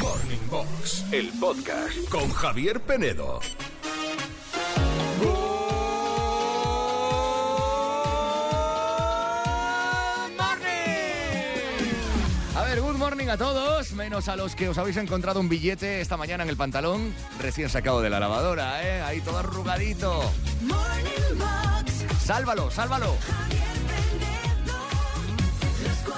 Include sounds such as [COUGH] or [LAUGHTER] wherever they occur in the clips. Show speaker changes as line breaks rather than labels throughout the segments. Morning Box, el podcast con Javier Penedo.
A ver, good morning a todos, menos a los que os habéis encontrado un billete esta mañana en el pantalón, recién sacado de la lavadora, ¿eh? Ahí todo arrugadito.
Morning Box,
Sálvalo, sálvalo.
Javier Penedo, los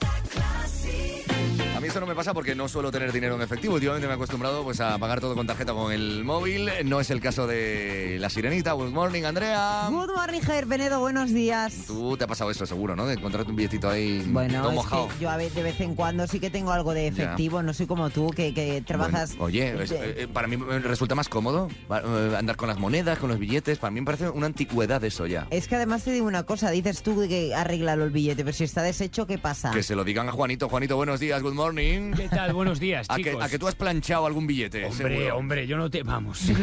40 Classic.
A mí eso no me pasa porque no suelo tener dinero en efectivo. Últimamente me he acostumbrado pues, a pagar todo con tarjeta con el móvil. No es el caso de la sirenita. Good morning, Andrea.
Good morning, Javier Penedo, buenos días.
Tú te ha pasado eso seguro, ¿no? De encontrarte un billetito ahí
Bueno,
todo
es
mojado.
que yo a ve- de vez en cuando sí que tengo algo de
Ya.
efectivo, no soy como tú, que, que trabajas...
Bueno, oye, es-
de-
eh, eh, para mí me resulta más cómodo va- eh, andar con las monedas, con los billetes. Para mí me parece una antigüedad eso ya.
Es que además te digo una cosa, dices tú que arreglalo el billete, pero si está deshecho, ¿qué pasa?
Que se lo digan a Juanito. Juanito, buenos días, good morning.
¿Qué tal? Buenos días,
¿A que,
chicos.
a que tú has planchado algún billete?
Hombre,
seguro.
hombre, yo no te...
[LAUGHS]
Vamos.
Es,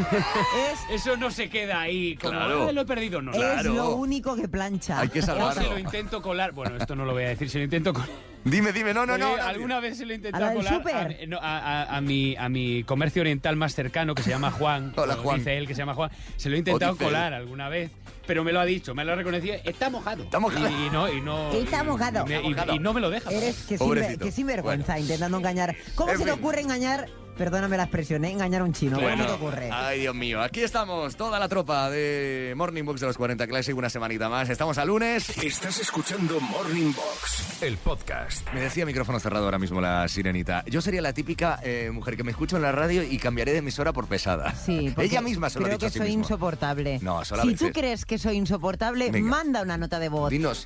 Eso no se queda ahí como,
Claro. Eh,
"Ah, lo he perdido. No,
es
Claro.
lo único que plancha.
Hay que
O se
salvarlo.
lo intento colar. Bueno, esto no lo voy a decir. Se lo intento colar.
Dime, dime, [LAUGHS] no, no, no.
Oye,
no.
alguna vez se lo he intentado
¿A la del
colar
súper?
a, eh, no, a- a- a mi, a mi comercio oriental más cercano que se llama Juan.
[LAUGHS] Hola,
o
Juan.
Dice él que se llama Juan. Se lo he intentado
dice
colar alguna vez, pero me lo ha dicho, me lo ha reconocido. Está mojado.
Está mojado.
Y, y no, y no.
Está
y-
mojado.
y me- y-
Está mojado.
y no me lo deja.
Eres que, sin,
Pobrecito.
que sinvergüenza intentando engañar. ¿Cómo
En
se te
fin.
ocurre engañar, perdóname la expresión, ¿eh? engañar a un chino? ¿Cómo se te ocurre?
ay Dios mío, aquí estamos, toda la tropa de Morning Books de los 40 Classic, una semanita más. Estamos a lunes.
Estás escuchando Morning Box, el podcast.
Me decía micrófono cerrado ahora mismo la sirenita. Yo sería la típica eh, mujer que me escucho en la radio y cambiaré de emisora por pesada.
Sí, porque
[LAUGHS] Ella misma se lo ha
creo
dicho a
que
sí
soy
misma.
insoportable.
No, solo a
si
veces.
tú crees que soy insoportable,
Venga.
manda una nota de voz.
Dinos.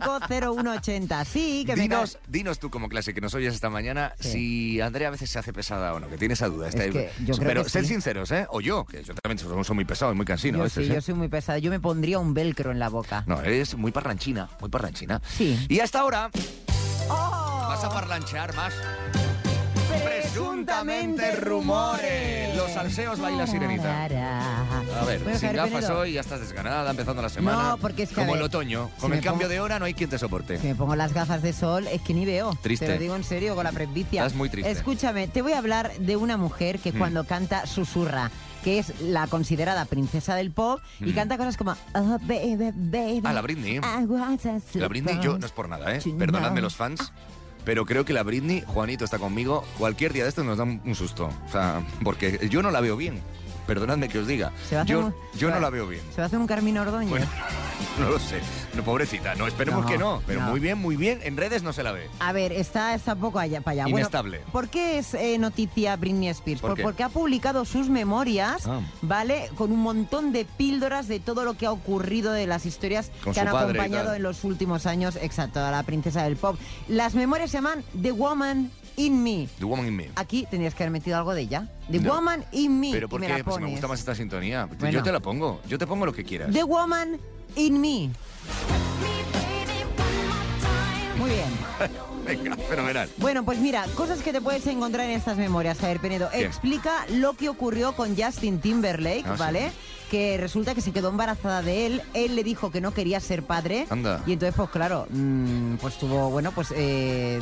616-850180. Sí, que me
Dinos,
caes-
dinos tú como clase que nos oyes esta mañana
Sí.
si Andrea a veces se hace pesada o no, que tiene esa duda. Está
Es que
ahí.
yo creo
Pero
que
sed
sí.
sinceros, ¿eh? O yo, que yo también soy, soy muy pesado y muy cansino. a
Yo,
veces,
sí,
¿eh?
yo soy muy pesada. Yo me pondría un velcro en la boca.
No, eres muy parlanchina, muy parlanchina.
Sí.
Y hasta ahora
¡Oh!
vas a parlanchar más. Presuntamente rumores. Los salseos baila sirenita.
Tarara.
A ver,
Bueno,
sin
Javier
gafas
Penedo,
hoy, ya estás desganada, empezando la semana.
No, porque es que, a
Como el
ver,
otoño,
si
con
me
el cambio
pongo-
de hora no hay quien te soporte.
Si me pongo las gafas de sol, es que ni veo.
Triste.
Te lo digo en serio, con la presbicia.
Estás muy triste. Mm.
Escúchame, te voy a hablar de una mujer que cuando canta susurra, que es la considerada princesa del pop y
Mm.
canta cosas como... "Oh, baby, baby,
Ah, la Britney.
I want a
La Britney, yo no es por nada, ¿eh? Perdonadme los fans. Pero creo que la Britney, Juanito está conmigo, cualquier día de estos nos da un un susto. O sea, porque yo no la veo bien. Perdonadme que os diga.
Se va a hacer
Yo,
un-
yo
se
no
va-
la veo bien. [LAUGHS]
¿Se va a hacer un Carmín Ordóñez?
Bueno, no lo sé. No, pobrecita, no, esperemos
No,
que no. Pero
no.
muy bien, muy bien. En redes no se la ve.
A ver, está, está poco allá para allá. Bueno,
Inestable.
¿Por qué es eh, noticia Britney Spears?
¿Por
Pues
qué?
porque ha publicado sus memorias,
Ah.
¿vale? Con un montón de píldoras de todo lo que ha ocurrido, de las historias
Con
que
su
han
padre y
acompañado
tal.
en los últimos años, exacto, a la princesa del pop. Las memorias se llaman The Woman in Me.
The Woman in Me.
Aquí tenías que haber metido algo de ella. The
No.
Woman in Me.
Pero
y
¿por
me
qué?
la
Pues si me
pones.
gusta más esta sintonía. Yo
Bueno.
te la pongo. Yo te pongo lo que quieras.
The Woman in Me.
Me, baby, one more time.
Muy bien.
[LAUGHS] Venga, fenomenal.
Bueno, pues mira, cosas que te puedes encontrar en estas memorias. Javier Penedo,
Bien.
explica lo que ocurrió con Justin Timberlake,
Ah, sí.
¿vale? Que resulta que se quedó embarazada de él, él le dijo que no quería ser padre.
Anda.
Y entonces, pues claro, mm, pues tuvo, bueno, pues eh,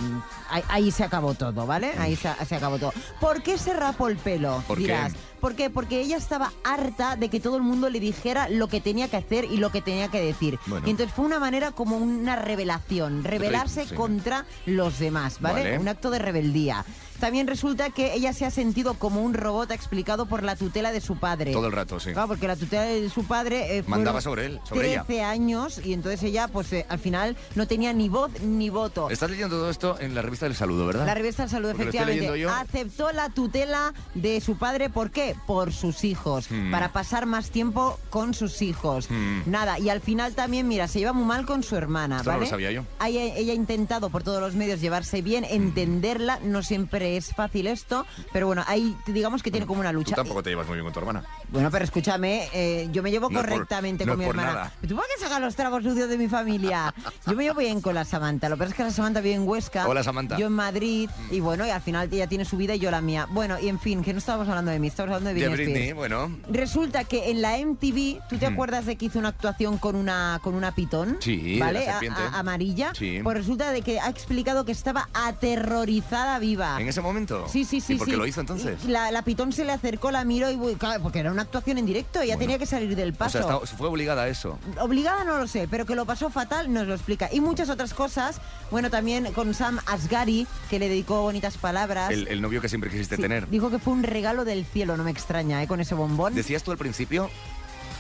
ahí, ahí se acabó todo, ¿vale? Ahí se, se acabó todo. ¿Por qué se rapó el pelo?
¿Por qué?
dirás. ¿Por qué? Porque ella estaba harta de que todo el mundo le dijera lo que tenía que hacer y lo que tenía que decir.
Bueno.
Y entonces fue una manera como una revelación, rebelarse
sí.
contra los demás, ¿vale?
Vale.
Un acto de rebeldía. También resulta que ella se ha sentido como un robot ha explicado por la tutela de su padre.
Todo el rato, sí.
Claro, porque la tutela de su padre eh, fueron
Mandaba sobre él, sobre
13
ella.
años y entonces ella, pues eh, al final no tenía ni voz ni voto.
Estás leyendo todo esto en la revista del saludo, ¿verdad?
La revista del Salud,
Porque lo estoy
efectivamente,
leyendo yo.
aceptó la tutela de su padre. ¿Por qué? Por sus hijos,
Hmm.
para pasar más tiempo con sus hijos.
Hmm.
Nada, y al final también, mira, se lleva muy mal con su hermana,
Esto no
¿vale?
lo sabía yo. Hmm.
Ella, ella ha intentado por todos los medios llevarse bien, entenderla. No siempre es fácil esto, pero bueno, ahí digamos que tiene como una
Tú
lucha.
tampoco te llevas muy bien con tu hermana.
Bueno, pero escúchame, eh, yo me llevo
No es por-
correctamente
no
con
es
mi
por
hermana.
nada.
¿Tú por qué sacas los tragos sucios de mi familia? Yo me llevo bien con la Samantha. Lo que pasa es que la Samantha vive en Huesca.
Hola, Samantha. Mm.
Yo en Madrid. Y bueno, y al final ella tiene su vida y yo la mía. Bueno, y en fin, que no estábamos hablando de mí, estábamos hablando de
De
Britney
Britney,
Spears.
bueno.
Resulta que en la MTV, ¿tú te acuerdas de que hizo una actuación con una con una pitón?
Sí, de la
¿Vale? A-
serpiente.
a- amarilla.
Sí.
Pues resulta de que ha explicado que estaba aterrorizada viva.
¿En ese momento?
Ah. Sí, sí, sí.
¿Y por qué
sí.
lo hizo entonces?
Y La, la pitón se le acercó, la miró y bu- claro, porque era una actuación en directo, ella
Bueno.
tenía que salir del
O
paso.
sea, está- fue obligada a eso.
Obligada no lo sé, pero que lo pasó fatal nos lo explica. Y muchas otras cosas. Bueno, también con Sam Asghari, que le dedicó bonitas palabras.
El, el novio que siempre quisiste
Sí,
tener.
Dijo que fue un regalo del cielo, no me extraña, ¿eh? Con ese bombón.
Decías tú al principio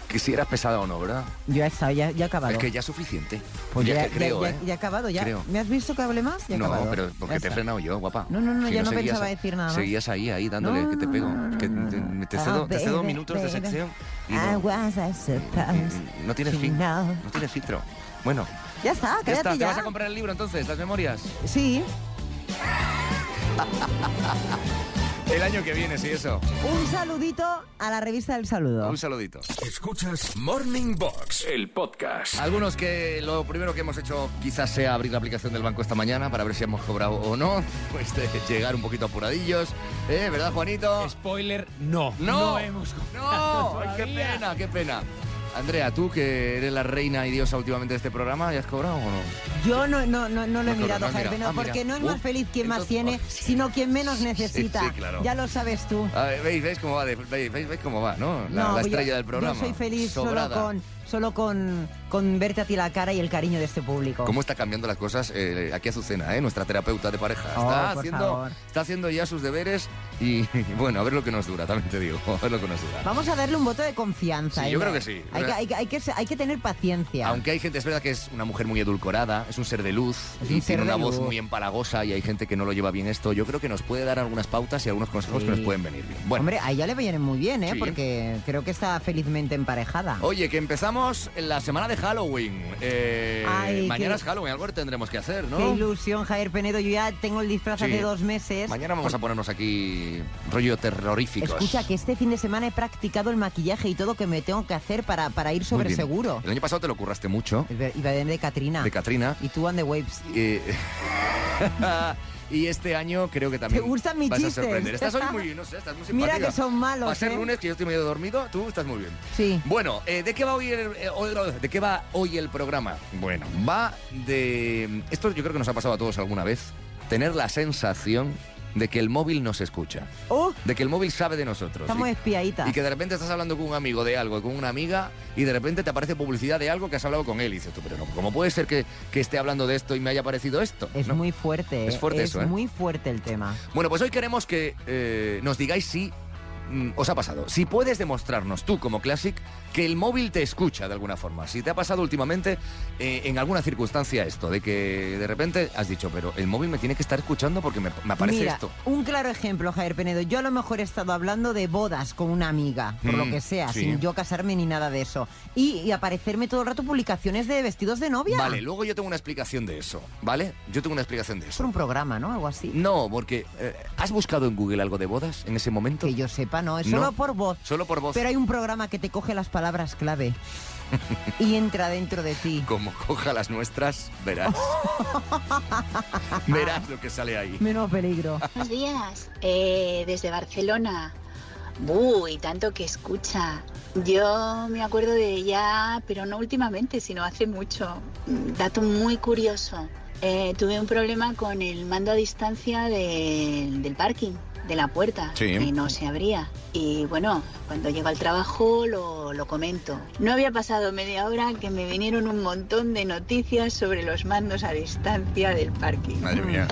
que si eras pesada o no, ¿verdad?
Yo ya estaba, ya, ya he acabado.
Es que ya es suficiente.
Pues
ya,
ya,
que creo,
ya-
¿eh?
ya- ya he acabado, ya.
Creo.
¿Me has visto que hable más? Ya he
no,
acabado.
pero
Ya
porque te he
está.
frenado yo, guapa.
No, no, no,
Si
yo no
seguías-
pensaba decir nada más.
Seguías ahí, ahí, dándole
No,
que te
no,
pego.
no, no,
que
no,
te,
no.
te cedo,
Ah,
te cedo
baby,
minutos de
baby.
sección. y
I
no-
was a surprise.
Mm, No tienes
Sí,
fin.
no.
No tienes filtro. Bueno, ya
Ya está,
está.
cállate
¿Te
Ah, ya.
vas a comprar el libro entonces, las memorias?
Sí,
El año que viene, sí, eso.
un saludito a la revista del saludo.
Un saludito.
Escuchas Morning Box, el podcast.
Algunos que lo primero que hemos hecho quizás sea abrir la aplicación del banco esta mañana para ver si hemos cobrado o no, [LAUGHS] pues de llegar un poquito apuradillos, ¿eh? ¿Verdad, Juanito?
Spoiler, no.
¡No!
hemos
¡No! ¡Ay, qué
todavía.
pena, qué pena! Andrea, tú que eres la reina y diosa últimamente de este programa, ¿ya has cobrado o no?
Yo no, no, no, no lo he
No,
mirado,
no, no,
Jaime,
mira.
no,
Ah, mira.
porque no es
Uh,
más feliz quien más
entonces- oh,
tiene, sino quien menos
Sí, sí,
necesita.
claro.
Ya lo sabes tú.
A ver, Ah, ¿veis, veis cómo va? de- veis, veis- veis cómo va, ¿no? La,
No, pues
la
yo-
estrella del programa.
Yo soy feliz solo,
Sobrada.
con, solo con, con verte a ti la cara y el cariño de este público.
¿Cómo está cambiando las cosas? Eh, aquí Azucena, ¿eh? nuestra terapeuta de pareja.
Oh,
Está,
por
haciendo,
favor.
está haciendo ya sus deberes y, bueno, a ver lo que nos dura, también te digo. [LAUGHS] A ver lo que nos dura.
Vamos a darle un voto de confianza.
Sí, yo
¿eh?
creo que sí.
Hay que, hay que- hay que ser- hay que tener paciencia.
Aunque hay gente, es verdad que es una mujer muy edulcorada, es un ser de luz
Es un
y
ser
tiene una
de
voz
luz.
muy empalagosa y hay gente que no lo lleva bien esto. Yo creo que nos puede dar algunas pautas y algunos consejos
Sí.
que nos pueden venir bien. Bueno,
Hombre, a ella le vienen muy bien, ¿eh?
Sí.
Porque creo que está felizmente emparejada.
oye, que empezamos la semana de Halloween. Eh,
Ay,
mañana
qué-
es Halloween, algo tendremos que hacer, ¿no?
Qué ilusión, Javier Penedo. Yo ya tengo el disfraz
Sí.
hace dos meses.
Mañana vamos a ponernos aquí rollo terroríficos.
Escucha, que este fin de semana he practicado el maquillaje y todo que me tengo que hacer para, para ir
Muy
sobre
bien.
seguro.
El año pasado te lo curraste mucho,
Es ver- Iba a de Katrina.
de Katrina.
y tú and the waves.
Eh, [LAUGHS] y este año creo que también
¿Te gustan mis
vas a
chistes?
sorprender. Estás hoy muy, no sé, estás muy
Mira
simpática.
que son malos,
Va a ser
¿eh?
lunes que yo estoy medio dormido, tú estás muy bien.
Sí.
Bueno, eh, ¿de qué va hoy el, eh, hoy- de qué va hoy el programa? Bueno, va de esto yo creo que nos ha pasado a todos alguna vez, tener la sensación de que el móvil nos escucha,
¡Oh!
de que el móvil sabe de nosotros.
Estamos
Y-
espiaditas.
y que de repente estás hablando con un amigo de algo, con una amiga, y de repente te aparece publicidad de algo que has hablado con él. Y dices tú, pero no, ¿cómo puede ser que, que esté hablando de esto y me haya parecido esto?
Es
¿No?
muy fuerte.
Es
¿eh?
fuerte eso, ¿eh?
muy fuerte el tema.
Bueno, pues hoy queremos que eh, nos digáis si mm, os ha pasado. Si puedes demostrarnos tú como Classic que el móvil te escucha de alguna forma. Si te ha pasado últimamente eh, en alguna circunstancia esto, de que de repente has dicho, pero el móvil me tiene que estar escuchando porque me, me aparece
Mira,
esto.
un claro ejemplo, Javier Penedo. Yo a lo mejor he estado hablando de bodas con una amiga, por lo
Mm,
que sea,
sí.
sin yo casarme ni nada de eso. Y, y aparecerme todo el rato publicaciones de vestidos de novia.
Vale, luego yo tengo una explicación de eso, ¿vale? Yo tengo una explicación de eso.
Por un programa, ¿no? Algo así.
No, porque eh, ¿has buscado en Google algo de bodas en ese momento?
Que yo sepa, no. Es
No.
solo por voz.
Solo por voz.
Pero hay un programa que te coge las palabras
[LAUGHS]
clave y entra dentro de ti.
Como coja las nuestras,
[LAUGHS]
verás. verás lo que sale ahí.
Menos peligro.
Buenos días, eh, desde Barcelona. Uy, tanto que escucha. Yo me acuerdo de ya, pero no últimamente, sino hace mucho. Mm, Dato muy curioso. Eh, tuve un problema con el mando a distancia de- del parking, de la puerta,
Sí.
que no se abría. Y bueno, cuando llego al trabajo lo, lo comento. No había pasado media hora que me vinieron un montón de noticias sobre los mandos a distancia del parking.
Madre mía.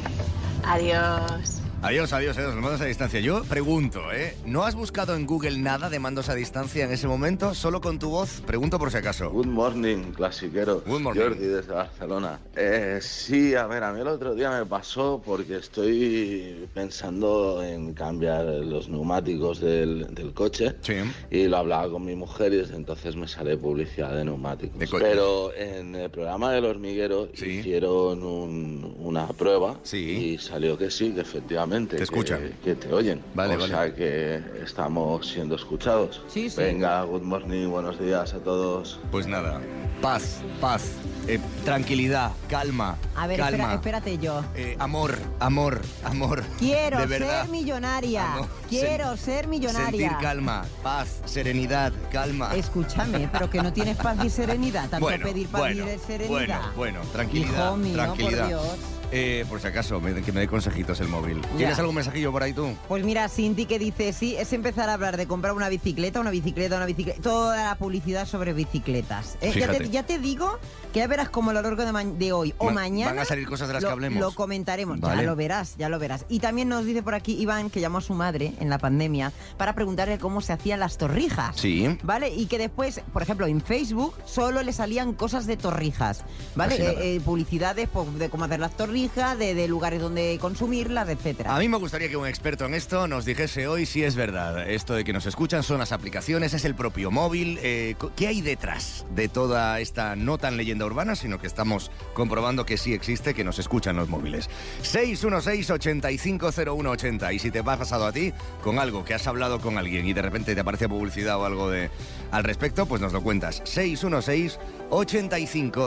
Adiós.
Adiós, adiós, adiós. Los mandos a distancia. Yo pregunto, ¿eh? ¿No has buscado en Google nada de mandos a distancia en ese momento? Solo con tu voz. Pregunto por si acaso.
Good morning, clasiquero.
Good morning.
Jordi desde Barcelona. Eh, sí, a ver, a mí el otro día me pasó porque estoy pensando en cambiar los neumáticos del, del coche.
Sí.
Y lo hablaba con mi mujer y desde entonces me sale publicidad de neumáticos.
De coche.
Pero en el programa del hormiguero
Sí.
hicieron un- una prueba
Sí.
y salió que sí, que efectivamente.
Te
que-
escuchan.
Que, te oyen.
Vale,
o
vale.
sea que estamos siendo escuchados.
Sí, sí.
Venga, good morning, buenos días a todos.
Pues nada. Paz, paz. eh, tranquilidad, calma.
A ver,
calma.
espera, espérate yo.
Eh, amor, amor, amor.
Quiero
de verdad.
ser millonaria.
Amor,
Quiero
sen-
ser millonaria.
Sentir calma, paz, serenidad, calma.
Escúchame, pero que no tienes paz ni serenidad. Tanto
bueno,
pedir paz
bueno,
ni de
bueno,
serenidad.
bueno, tranquilidad,
Hijo mío,
tranquilidad.
por Dios.
Eh, por si acaso, me- que me dé consejitos el móvil. ¿Tienes algún mensajillo por ahí tú?
Pues mira, Cindy que dice, sí, es empezar a hablar de comprar una bicicleta, una bicicleta, una bicicleta, toda la publicidad sobre bicicletas. Eh, ya,
Fíjate.
te, ya te digo que ya verás como a lo largo de, ma- de hoy o
Ma-
mañana...
van a salir cosas de las
lo,
que hablemos.
Lo comentaremos,
Vale.
ya lo verás, ya lo verás. Y también nos dice por aquí Iván que llamó a su madre en la pandemia para preguntarle cómo se hacían las torrijas.
Sí.
¿Vale? Y que después, por ejemplo, en Facebook solo le salían cosas de torrijas, ¿vale?
Imagínate.
Eh, eh, publicidades pues, de cómo hacer las torrijas, de, de lugares donde consumirlas, etcétera.
A mí me gustaría que un experto en esto nos dijese hoy si es verdad. Esto de que nos escuchan son las aplicaciones, es el propio móvil. eh, co- ¿Qué hay detrás de toda esta no tan leyenda urbana, sino que estamos comprobando que sí existe, que nos escuchan los móviles? 616-850180. Y si te ha pasado a ti con algo, que has hablado con alguien y de repente te aparece publicidad o algo de al respecto, pues nos lo cuentas.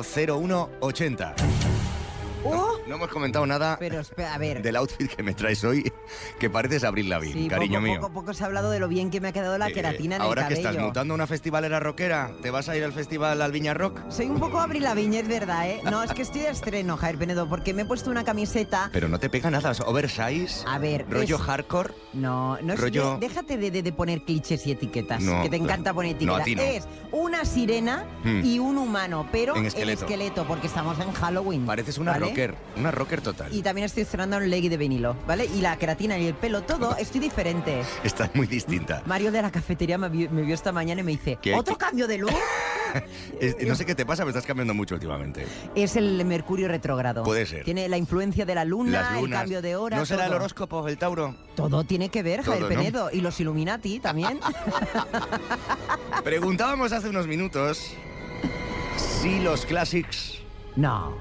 616-850180.
¡Oh!
No hemos comentado nada
Pero espera, a ver.
del outfit que me traes hoy, que pareces Abril Lavigne,
sí,
cariño
poco,
mío.
Poco, poco se ha hablado de lo bien que me ha quedado la
Eh,
queratina en el
ahora que
cabello.
estás mutando a una festivalera rockera, ¿te vas a ir al festival al Viña Rock?
Soy un poco Abril Lavigne, es verdad, ¿eh? No, es que estoy de estreno, Javier Penedo, porque me he puesto una camiseta...
Pero no te pega nada, es oversize,
A ver,
rollo
es-
hardcore.
No, no es...
Rollo-
de- Déjate de, de- de poner clichés y etiquetas,
No,
que te
claro.
encanta poner
No,
etiquetas.
a ti no.
Es una sirena
Hmm.
y un humano, pero
En
en
esqueleto.
esqueleto, porque estamos en Halloween.
Pareces una
¿vale?
rocker, una rocker total.
Y también estoy estrenando un leggy de vinilo, ¿vale? Y la queratina y el pelo, todo, estoy diferente.
Estás muy distinta.
Mario de la cafetería me vio, me vio esta mañana y me dice,
¿Qué?
¿otro cambio de luz?
Es- no sé qué te pasa, pero estás cambiando mucho últimamente.
Es el mercurio retrógrado.
Puede ser.
Tiene la influencia de la luna,
Las
el
lunas.
cambio de hora.
¿No será el
todo.
horóscopo, el Tauro?
Todo tiene que ver, Javier
Todo, ¿no?
Penedo. Y los Illuminati también. [LAUGHS]
Preguntábamos hace unos minutos si los classics
no.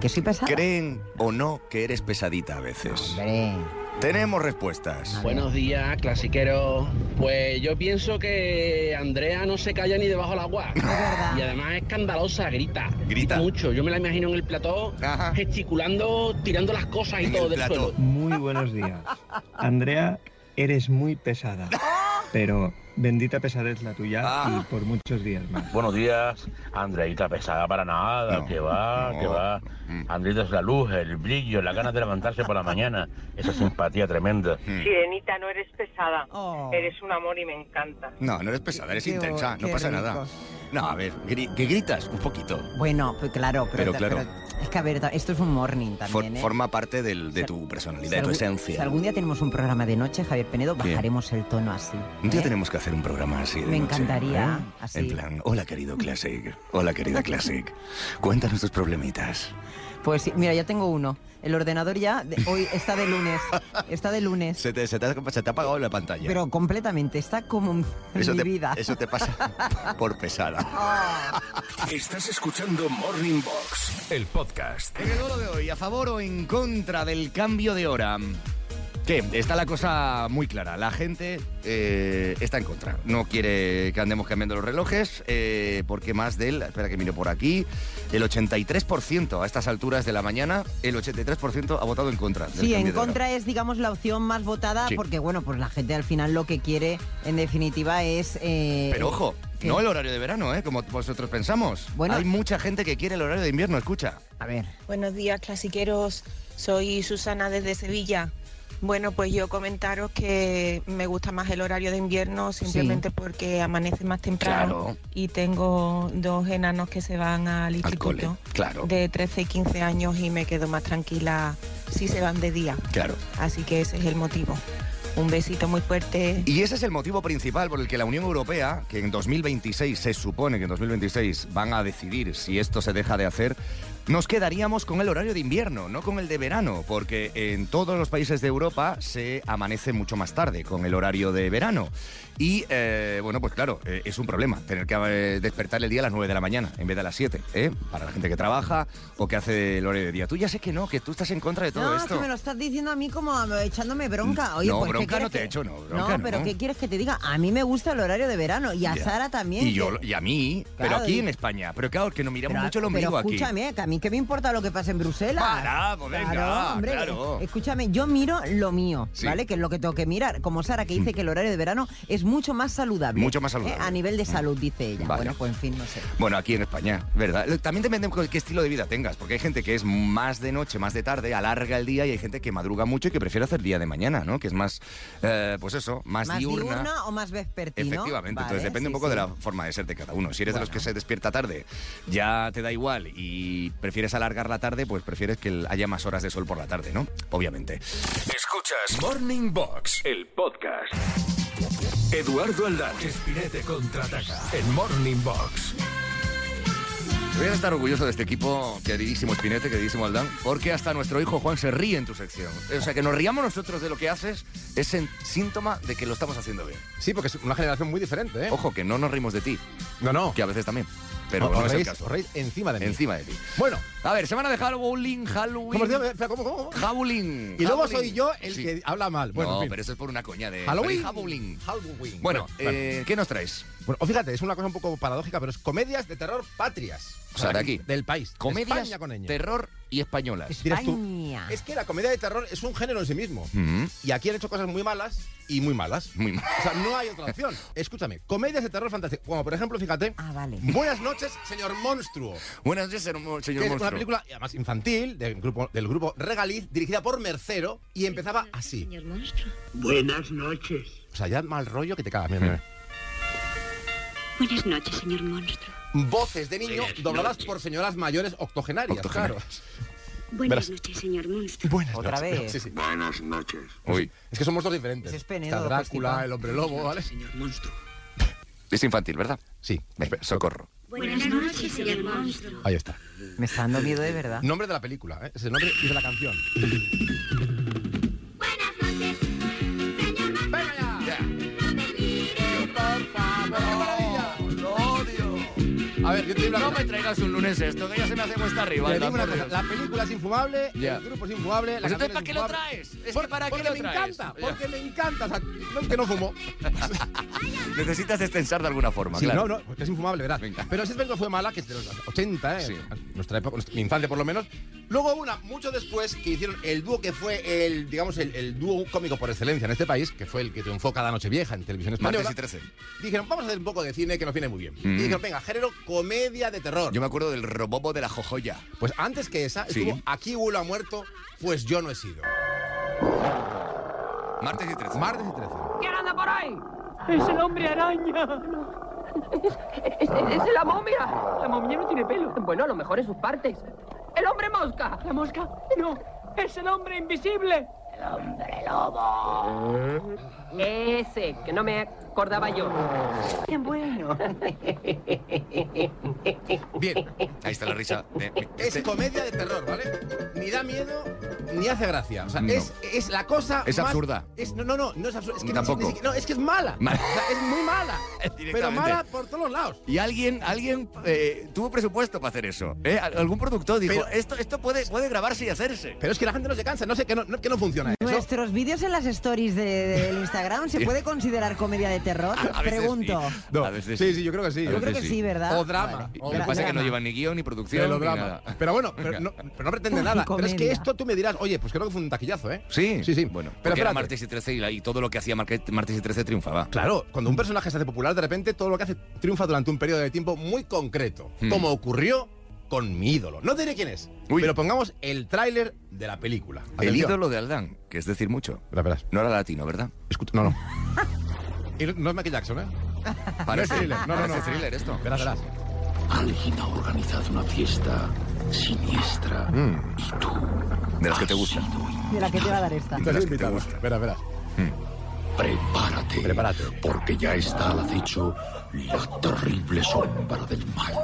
Que soy pesada.
creen o no que eres pesadita a veces.
Hombre.
Tenemos respuestas.
Buenos días, clasiqueros. Pues yo pienso que Andrea no se calla ni debajo del agua.
Es verdad.
Y además es escandalosa, grita.
Grita.
Mucho. Yo me la imagino en el plató,
Ajá.
gesticulando, tirando las cosas y
En
todo
el
del
plató.
suelo.
Muy buenos días. Andrea, eres muy pesada, pero bendita pesadez la tuya
Ah.
y por muchos días más.
Buenos días, Andreita pesada para nada,
No,
que
Ah,
va,
no.
que va.
Mm.
Andreita es la luz, el brillo, la ganas de levantarse por la mañana, esa simpatía tremenda.
Mm.
Sirenita, no eres pesada.
Oh.
Eres un amor y me encanta.
No, no eres pesada, eres
Qué- qué
intensa,
bo-
no
qué
pasa
rico.
nada. No, a ver, gri- que gritas un poquito.
Bueno, pues claro, pero,
Pero claro.
es que a ver, esto es un morning
For-
también. ¿eh?
Forma parte del- de tu personalidad,
Si
de tu
algún-
esencia.
Si algún día tenemos un programa de noche, Javier Penedo,
Bien.
bajaremos el tono así.
Un día
¿eh?
tenemos que hacer un programa así. de
Me
noche,
encantaría,
¿eh?
así.
En plan, hola querido Classic, hola querida Classic, cuéntanos tus problemitas.
Pues sí, mira, ya tengo uno. El ordenador
[LAUGHS]
ya de- hoy está de lunes. Está de lunes.
Se te, se te ha, se te ha apagado la pantalla.
Pero completamente, está como en mi
te,
vida. [LAUGHS] Ah.
eso te pasa por pesada.
Estás escuchando Morning Box, el podcast.
En el oro de hoy, ¿a favor o en contra del cambio de hora? Que está la cosa muy clara. La gente eh, está en contra. No quiere que andemos cambiando los relojes, eh, porque más del, espera que miro por aquí, el 83% a estas alturas de la mañana, el 83% ha votado en contra. del
Sí,
cambio
en
de hora.
contra es, digamos, la opción más votada
Sí.
porque, bueno, pues la gente al final lo que quiere, en definitiva, es... eh,
Pero ojo,
¿Qué?
no el horario de verano, ¿eh? como vosotros pensamos.
Bueno.
Hay mucha gente que quiere el horario de invierno, escucha.
A ver,
Buenos días, clasiqueros. Soy Susana desde Sevilla. Bueno, pues yo comentaros que me gusta más el horario de invierno simplemente porque amanece más temprano
Claro,
y tengo dos enanos que se van al
al cole.
instituto
Claro,
de 13 y 15 años y me quedo más tranquila si se van de día.
claro.
Así que ese es el motivo. Un besito muy fuerte.
Y ese es el motivo principal por el que la Unión Europea, que en 2026 se supone que en 2026 van a decidir si esto se deja de hacer, Nos quedaríamos con el horario de invierno, no con el de verano, porque en todos los países de Europa se amanece mucho más tarde con el horario de verano. Y eh, bueno, pues claro, eh, es un problema tener que eh, despertar el día a las 9 de la mañana en vez de a las 7, ¿eh? para la gente que trabaja o que hace el horario de día. Tú ya sé que no, que tú estás en contra de todo
No, es
esto.
que me lo estás diciendo a mí como a- echándome bronca. Oye,
no,
pues, ¿qué
bronca
quieres
no te
que-
he hecho, no, bronca
no, pero
no.
¿qué quieres que te diga? A mí me gusta el horario de verano y a
Ya.
Sara también.
Y,
que-
yo, y a mí, pero
Claro,
aquí
y-
en España. Pero claro, que nos miramos
Pero-
mucho el
pero
ombligo aquí.
escúchame, que a mí qué me importa lo que pase en Bruselas.
Para, pues venga,
claro, hombre, eh,
claro.
Escúchame, yo miro lo mío,
Sí. Mm.
¿vale? Que es lo que tengo que mirar. Como Sara, que dice que el horario de verano es mucho más saludable.
Mucho más saludable. Mm.
¿eh? A nivel de salud, dice ella.
Vale.
Bueno, pues en fin, no sé.
Bueno, aquí en España, ¿verdad? Lo- También depende de qué estilo de vida tengas, porque hay gente que es más de noche, más de tarde, alarga el día y hay gente que madruga mucho y que prefiere hacer día de mañana, ¿no? Que es más, eh, pues eso, más,
Más
diurna.
diurna o más vespertino.
Efectivamente,
Vale,
entonces depende
sí,
un poco de
sí.
la forma de ser de cada uno. Si eres de los
Bueno.
que se despierta tarde, ya te da igual y prefieres alargar la tarde, pues prefieres que haya más horas de sol por la tarde, ¿no? Obviamente.
Escuchas Morning Box, el podcast. Eduardo Aldán, Espinete contraataca en Morning Box.
Voy a estar orgulloso de este equipo, queridísimo Espinete, queridísimo Aldán, porque hasta nuestro hijo Juan se ríe en tu sección. O sea, que nos riamos nosotros de lo que haces es en- síntoma de que lo estamos haciendo bien.
Sí, porque es una generación muy diferente, ¿eh?
Ojo, que no nos rimos de ti.
No, no.
Que a veces también. Pero
Os
no es el
reís-
caso.
os reís encima de mí.
Encima de ti.
Bueno.
A ver, semana de Halloween, Halloween.
¿Cómo se llama? Espera, ¿Cómo, cómo, cómo?
Howling.
Y luego
Howling.
soy yo el
Sí.
que habla mal. Bueno,
no,
en fin.
pero eso es por una coña de.
Halloween.
Halloween.
Halloween.
Bueno, eh, ¿qué nos traes?
Bueno, o fíjate, es una cosa un poco paradójica, pero es comedias de terror patrias.
O sea, de aquí.
Del país. de
Comedias,
España con ñ.
terror y españolas.
Dirás tú,
España.
es que la comedia de terror es un género en sí mismo.
Mm,
Y aquí han hecho cosas muy malas y muy malas.
muy mal.
O sea, no hay otra opción. Escúchame, comedias de terror fantásticas. Como por ejemplo, fíjate,
Ah, vale.
Buenas noches, señor monstruo.
[LAUGHS] Buenas noches, señor mo-
Que
señor
es
monstruo.
una película, y además infantil, del grupo, del grupo Regaliz, dirigida por Mercero, y empezaba así.
Buenas noches.
O sea, ya mal rollo que te cagas. Mira, mira.
Buenas noches, señor monstruo.
Voces de niño
Buenas
dobladas
noches.
por señoras mayores octogenarias,
Buenas
Verás.
noches, señor monstruo.
claro. Buenas
Otra
noches.
vez.
Sí, sí.
Buenas noches.
Uy,
Es que son monstruos diferentes.
Ese es Penedo,
Está Drácula,
festival.
el hombre lobo, ¿vale?
Señor monstruo.
es infantil, ¿verdad?
Sí.
Venga, socorro.
Buenas noches, señor monstruo.
Ahí está.
Me está dando miedo de verdad.
Nombre de la película, ¿eh? es el nombre y de la canción.
Buenas noches, señor monstruo.
Ya.
A ver, yo te digo una
No
cosa.
me traigas un lunes esto, que ya se me hace cuesta arriba.
Te
Aldán,
digo una
por
cosa,
Dios.
la película es infumable,
Ya.
el grupo es infumable, la
Pues entonces,
canción
¿para
es
qué lo
infumable.
traes? Es
Por-
que ¿para qué
porque
lo
me
traes?
encanta,
Ya.
porque me encanta, o sea, no, es que no fumo.
Necesitas destensar de alguna forma,
Sí,
claro.
no, no, porque es infumable, verás. [LAUGHS]
Venga.
Pero si es fue mala, que es de los 80, ¿eh?
Sí.
Nuestra época, nuestra- mi infancia por lo menos. Luego hubo una, mucho después, que hicieron el dúo que fue el, digamos, el, el dúo cómico por excelencia en este país, que fue el que triunfó cada noche vieja en televisión española.
Martes y 13.
Dijeron, vamos a hacer un poco de cine que nos viene muy bien.
Mm.
Y dijeron, venga, género comedia de terror.
Yo me acuerdo del robobo de la jojoya.
Pues antes que esa,
Sí.
estuvo Aquí Huelo ha muerto, pues yo no he sido.
Martes y 13.
Martes y 13.
¿Quién anda por ahí? Es el hombre araña. Es, es- es- es la momia. La momia no tiene pelo. Bueno, a lo mejor es sus partes. El hombre mosca. La mosca. No, es el hombre invisible. El hombre lobo. Ese, que no me acordaba yo. Qué bueno.
Bien. Ahí está la risa. de-
Es
este-
comedia de terror, ¿vale? Ni da miedo, ni hace gracia. O sea,
No.
es, es la cosa
Es
más-
absurda.
es- no, no, no, no es absurda. Es que ni
Tampoco.
si- ni siquiera- no, es que es mala.
Mala.
O sea, es muy mala. pero
Directamente.
mala por todos lados.
Y alguien, alguien eh, tuvo presupuesto para hacer eso. ¿eh? Al- Algún productor dijo,
Pero-
esto, esto puede, puede grabarse y hacerse.
Pero es que la gente no se cansa, no sé que no, no- que no funciona eso.
Nuestros vídeos en las stories de- del Instagram, ¿se puede considerar comedia de terror?
A veces
Pregunto.
sí.
No.
A veces
sí, sí, yo creo que sí.
A
Yo creo
veces
que sí,
sí.
¿verdad?
O drama.
Vale.
O
Lo que
Dra-
pasa es que no
drama.
llevan ni guión, ni producción, ni
Melodrama.
nada.
Pero bueno, pero
Venga.
no, pero no pretende
Uy,
nada. Pero es que
comedia.
esto tú me dirás, oye, pues creo que fue un taquillazo, ¿eh?
Sí,
Sí, sí.
Bueno,
pero
porque era
espérate.
martes y 13 y, la- y todo lo que hacía Marque- martes y 13 triunfaba.
Claro, cuando un personaje se hace popular, de repente todo lo que hace triunfa durante un periodo de tiempo muy concreto,
Hmm.
como ocurrió con mi ídolo. No diré quién es,
Uy.
pero pongamos el tráiler de la película.
El
Atención.
ídolo de Aldán, que es decir mucho.
Verás, verás.
No era latino, ¿verdad?
Escucha,
[LAUGHS]
no, no. Y no- no es Michael Jackson, ¿eh?
Parece
thriller, no, no, no.
Parece thriller esto.
Verás, verás.
Alguien ha organizado una fiesta siniestra. Y tú
De las que te gustan.
Ah,
De la que te va a dar esta. [LAUGHS]
[LAUGHS]
Estás
las que te
invitado.
gustan.
Verás, verás.
Prepárate, Prepárate, porque ya está al acecho la terrible sombra del mal.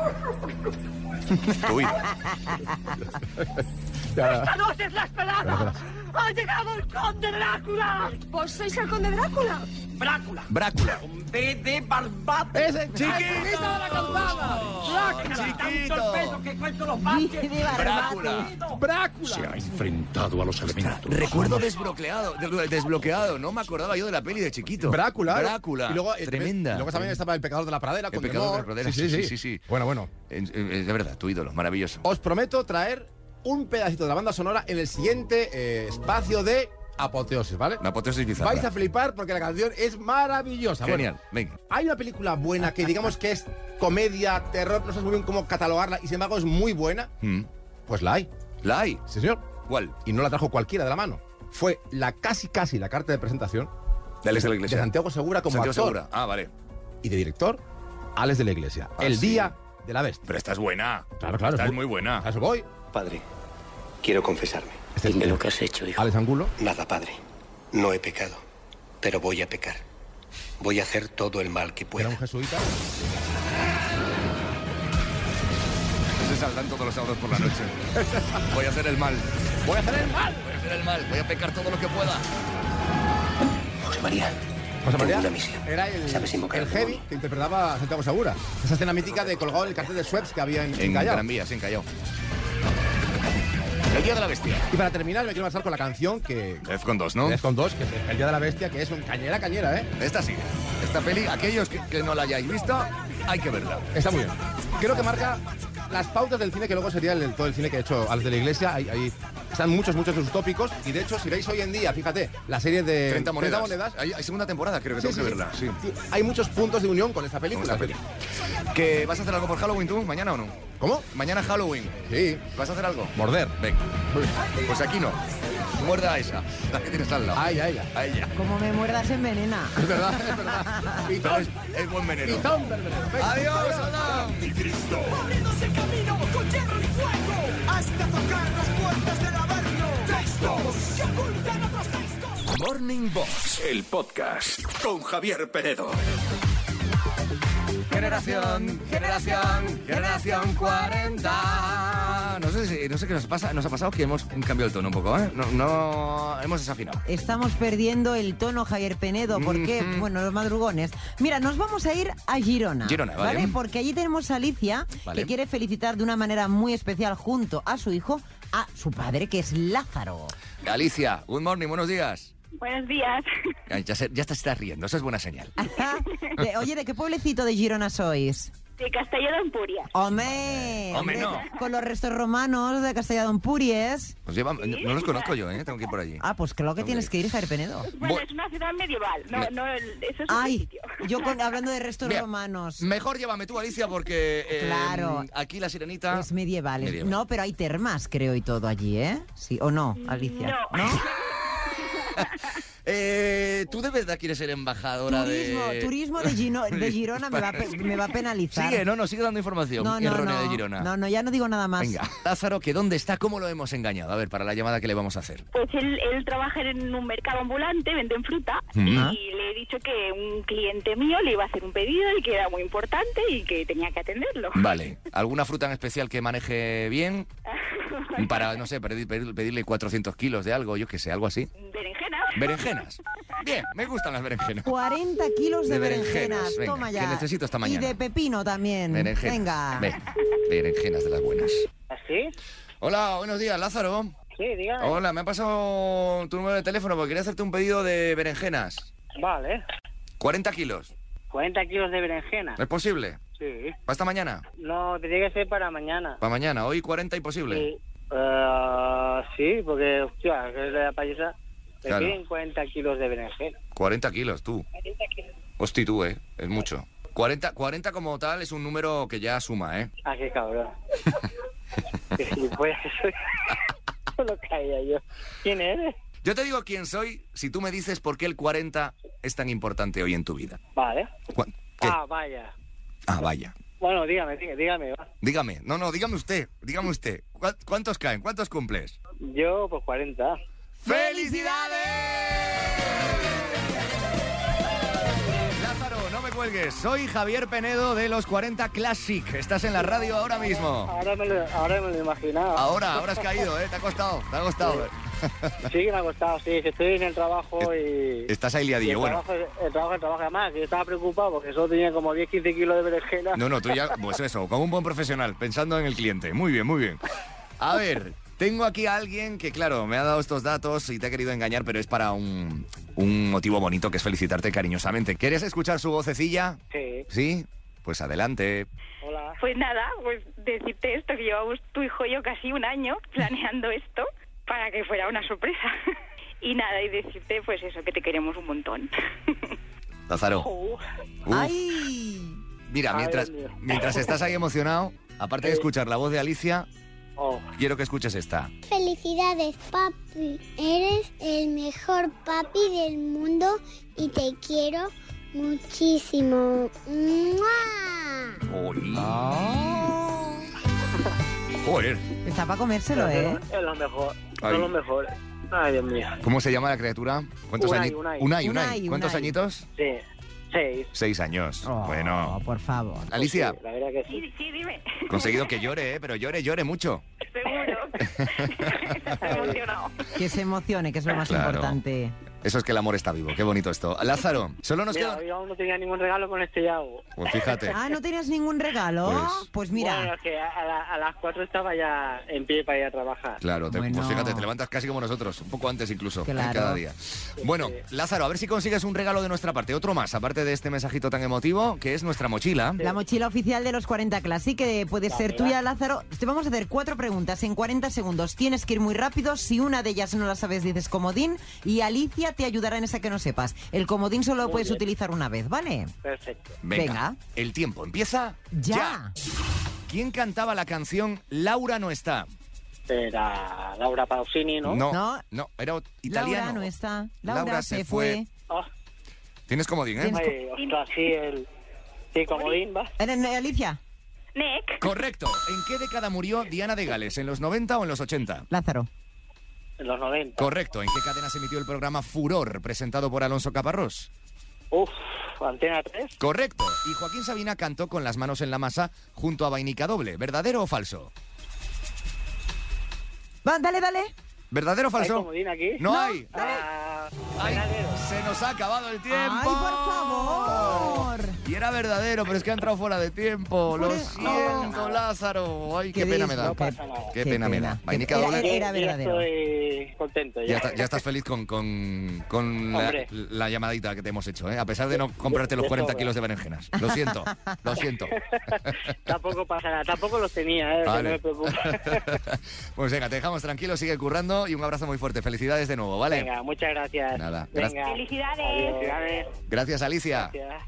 ¡Esta noche es la esperada! ¡Ha llegado el conde Drácula! ¿Vos sois el conde Drácula? ¡Drácula!
Brácula.
¡B de Barbate!
¡Ese chiquito!
de la calzada! ¡Drácula! ¡Tanto el peso que cuento los parques!
Brácula.
¡Drácula!
Se ha enfrentado a los elementos.
Recuerdo desbloqueado, de- desbloqueado, no me acordaba yo de la peli de chiquito.
Brácula.
Brácula.
Y luego, eh,
Tremenda.
y luego también estaba El pecador de la pradera.
El
con
pecado de la
Demor.
pradera,
Sí, sí, sí. Bueno, bueno.
Es, es de verdad, tu ídolo, maravilloso.
Os prometo traer un pedacito de la banda sonora en el siguiente eh, espacio de Apoteosis, ¿vale?
Una apoteosis bizarra.
Vais a flipar porque la canción es maravillosa. Bueno,
Genial, venga.
hay una película buena que digamos que es comedia, terror, no sé muy bien cómo catalogarla y sin embargo es muy buena.
Mm.
Pues la hay.
¿La hay?
Sí, señor.
¿Cuál?
Y no la trajo cualquiera de la mano. Fue la casi casi la carta de presentación
De Alex de la Iglesia.
de Santiago Segura como
Santiago
actor
Segura. Ah, vale.
y de director, Alex de la Iglesia.
Ah,
el
sí.
día de la bestia.
Pero esta es buena.
Claro, claro.
Esta
es
es muy buena.
A eso voy.
Padre, quiero confesarme.
Dime
lo que has hecho, hijo.
Alex Angulo.
Nada, padre. No he pecado, pero voy a pecar. Voy a hacer todo el mal que
Era
pueda.
un jesuita.
Este Se saltan todos los sábados por la [LAUGHS] noche. Voy a hacer el mal.
Voy a hacer el mal.
Voy a hacer el mal. Voy a pecar todo lo que pueda.
José María.
José María
Tengo una misión.
era el,
¿Sabes invocar
el
al
heavy
demonio?
que interpretaba a Santiago Segura. Esa escena mítica de colgado en el cartel de Schweppes que había en, en
En
Callao.
Gran Vía, sí, en Callao. El día de la bestia.
Y para terminar, me quiero marchar con la canción que.
F con dos, ¿no?
Es con dos, que es El Día de la Bestia, que es un cañera, cañera, ¿eh?
Esta sí. Esta peli, aquellos que, que no la hayáis visto, hay que verla.
Está muy bien. Creo que marca las pautas del cine que luego sería el, todo el cine que ha hecho Alex de la Iglesia. Ahí, ahí están muchos, muchos de sus tópicos. Y de hecho, si veis hoy en día, fíjate, la serie de
30 monedas. Hay, hay segunda temporada, creo que tengo que verla. Sí.
Ti- Hay muchos puntos de unión con esta película.
Con esta ¿Que vas a hacer algo por Halloween tú, mañana o no?
¿Cómo?
Mañana Halloween.
Sí.
¿Vas a hacer algo?
Morder.
Venga. Pues aquí no. Muerda a esa, la que tienes al lado.
Ay, ay, ay.
A ella.
Como me muerdas
[LAUGHS]
envenena.
Es verdad, es verdad. Y
Pero
Tom,
es, es buen
y
veneno.
Tom Bermejo. Venga.
Adiós, Adán.
Abriéndose el camino con hierro y fuego hasta tocar las puertas del averno. Textos que ocultan otros textos.
Morning Box, el podcast con Javier Penedo.
Generación, generación, generación 40. No sé, si- no sé qué nos pasa, nos ha pasado que hemos cambiado el tono un poco, ¿eh? No, no hemos desafinado.
Estamos perdiendo el tono, Javier Penedo. ¿Por qué?
Ujú.
Bueno, los madrugones. Mira, nos vamos a ir a Girona.
Girona, vale.
Porque allí tenemos a Alicia,
Vale.
que quiere felicitar de una manera muy especial junto a su hijo, a su padre, que es Lázaro.
Alicia, good morning, buenos días.
Buenos días. [LAUGHS]
Ya, ya se- ya te estás riendo, eso es buena señal.
[LAUGHS] De- oye, ¿de qué pueblecito de Girona sois?
De Castelló de Empurias.
Homé,
Hombre, no.
Con los restos romanos de Castellá de Empúries.
Os lleva- no los conozco yo, ¿eh? Tengo que ir por allí.
Ah, pues claro que
Hombre.
tienes que ir, Javier Penedo.
Bueno,
Bu-
es una ciudad medieval. No,
Me-
no, el- eso es un
Ay,
sitio.
yo con- hablando de restos
Bien.
romanos.
Mejor llévame tú, Alicia, porque eh,
Claro. Pues
aquí la sirenita...
Es medieval. es-
Medieval.
No, pero hay termas, creo, y todo allí, ¿eh? Sí, ¿o no, Alicia?
Mm, No.
Eh, ¿Tú de verdad quieres ser embajadora
Turismo,
de...?
turismo de,
[LAUGHS]
Gino- de Girona me va, a pe- me va a penalizar.
Sigue, no, no, sigue dando información
No, no,
errónea
no.
de Girona.
No, no, ya no digo nada más.
Venga, Lázaro, que dónde está, cómo lo hemos engañado. A ver, para la llamada que le vamos a hacer.
Pues él, él trabaja en un mercado ambulante, venden fruta
Ujú.
y le he dicho que un cliente mío le iba a hacer un pedido y que era muy importante y que tenía que atenderlo. [LAUGHS]
Vale, ¿alguna fruta en especial que maneje bien? Para, no sé, pedir- pedir- pedirle 400 kilos de algo, yo qué sé, algo así.
Berenjena.
Berenjenas. Bien, me gustan las berenjenas.
40 kilos de,
De berenjenas,
berenjenas,
venga,
toma
que
ya.
necesito esta
Y
mañana.
de pepino también.
Berenjenas.
Venga.
Ven, berenjenas de las buenas.
¿Ah, ¿Sí?
Hola, buenos días, Lázaro.
Sí, diga.
Oh.
Hola, me ha pasado tu número de teléfono porque quería hacerte un pedido de berenjenas.
Vale.
40 kilos.
40 kilos de berenjena.
¿Es posible?
Sí.
¿Para esta mañana?
No, tendría que ser para mañana.
¿Para mañana? ¿Hoy 40 imposible?
Sí. Eh, sí, porque, hostia, que es la payasa. Te
Claro.
piden 40 kilos de berenjena.
40 kilos, tú. Hosti, tú, ¿eh? Es mucho. 40, 40 como tal es un número que ya suma, ¿eh?
Ah, qué cabrón. Qué gilipollas soy. Solo caía yo. ¿Quién eres?
Yo te digo quién soy si tú me dices por qué el 40 es tan importante hoy en tu vida.
Vale.
Cu- ¿Qué?
Ah, vaya.
Ah, vaya.
Bueno, dígame, dí- dígame. va.
Dígame, no, no, dígame usted, dígame usted. ¿Cuá- ¿Cuántos caen? ¿Cuántos cumples?
Yo, pues 40.
¡Felicidades! cuelgues. Soy Javier Penedo de los 40 Classic. Estás en la radio ahora mismo.
Ahora me lo, ahora me lo imaginaba.
Ahora, ahora has caído, ¿eh? Te ha costado, te ha costado.
Sí, que me ha costado, sí, que estoy en el trabajo y...
Estás ahí
y el,
liadillo, bueno.
trabajo, el trabajo, el trabajo, además, que yo estaba preocupado porque solo tenía como 10, 15 kilos de berenjena.
No, no, tú ya, pues eso, como un buen profesional, pensando en el cliente. Muy bien, muy bien. A ver, tengo aquí a alguien que, claro, me ha dado estos datos y te ha querido engañar, pero es para un, un motivo bonito que es felicitarte cariñosamente. ¿Quieres escuchar su vocecilla?
Sí.
¿Sí? Pues adelante.
Hola.
Pues nada, pues decirte esto, que llevamos tu hijo y yo casi
[LAUGHS]
un año planeando esto para que fuera una sorpresa. [LAUGHS] Y nada, y decirte pues eso, que te queremos un montón.
Lázaro. Uf.
¡Ay!
Mira,
Oh. Ay,
mientras,
Dios mío. Eh.
mientras estás ahí emocionado, aparte de escuchar la voz de Alicia,
Oh.
quiero que escuches esta.
Felicidades, papi. Eres el mejor papi del mundo y te quiero muchísimo. ¡Mua!
Oli.
Ah.
Joder.
Está para comérselo, ¿eh?
Es lo mejor,
Ay.
son los mejores. Ay, Dios mío.
¿Cómo se llama la criatura? ¿Cuántos
Unai,
añitos?
Unai.
Unai,
Unai,
¿Cuántos
Unai. Ah.
añitos?
Sí, seis.
Seis años. Oh, bueno.
Por favor.
Alicia,
Sí, la verdad que Pues sí.
Sí, sí, dime.
conseguido que llore, ¿eh? pero llore, llore mucho.
Seguro. Estás emocionado.
Que se emocione, que es lo más
Claro. Eh.
importante.
Eso es que el amor está vivo. Qué bonito esto. Lázaro, solo nos
Mira,
queda...
hoy aún no tenía ningún regalo con este Yago.
Pues fíjate.
Ah, ¿no tenías ningún regalo?
Pues-
Pues, mira.
Bueno, es que a, a la- a las cuatro estaba ya en pie para ir a trabajar.
Claro, te- pues
Bueno.
fíjate, te levantas casi como nosotros, un poco antes incluso, ¿eh?
Claro.
cada día. Bueno, Lázaro, a ver si consigues un regalo de nuestra parte, otro más, aparte de este mensajito tan emotivo, que es nuestra mochila.
La mochila oficial de los 40 Classic, que puede ser tuya, Lázaro. Te vamos a hacer cuatro preguntas en 40 segundos. Tienes que ir muy rápido. Si una de ellas no la sabes, dices comodín. Y Alicia te ayudará en esa que no sepas. El comodín solo lo
Muy
puedes
bien.
utilizar una vez, ¿vale?
Perfecto.
Venga.
El tiempo empieza
Ya.
¿Quién cantaba la canción Laura no está?
Era Laura Pausini, ¿no?
No,
No.
no, era ot- italiano.
Laura no está. Laura,
Laura
se,
se
fue.
Ah,
Tienes comodín, ¿eh?
ay, ostras, sí, el... Sí, comodín, va.
Eh, eh, Alicia,
Nick.
Correcto. ¿En qué década murió Diana de Gales? ¿En los 90 o en los 80?
Lázaro.
En los 90.
Correcto. ¿En qué cadena se emitió el programa Furor, presentado por Alonso Caparrós?
Uf, Antena 3.
Correcto. Y Joaquín Sabina cantó con las manos en la masa junto a Vainica Doble. ¿Verdadero o falso?
Va, dale, dale.
¿Verdadero o
¿Hay
falso?
comodín aquí?
No, hay.
Ah,
Ay,
verdadero.
se nos ha acabado el tiempo.
¡Ay, por favor!
Y era verdadero, pero es que ha entrado fuera de tiempo. Lo
Por eso.
siento, Lázaro. Ay, qué,
Qué
pena me da.
disco,
Qué,
pasa nada.
pena, me da. Vainica
Era-
Doble.
era- era
Ya
verdadero.
estoy contento.
Ya,
Ya,
está- ya estás feliz con, con- con la,
Hombre.
la llamadita que te hemos hecho, ¿eh? a pesar de no comprarte los
de
40
sobra.
kilos de berenjenas. Lo siento, lo siento.
[LAUGHS]
[LAUGHS]
Tampoco pasa nada. Tampoco los tenía, ¿eh?
Vale.
No me preocupes.
[LAUGHS] pues venga, te dejamos tranquilo, sigue currando y un abrazo muy fuerte. Felicidades de nuevo, ¿vale?
Venga, muchas gracias.
Nada.
Venga.
Felicidades.
Adiós. Felicidades.
Gracias, Alicia,
Gracias.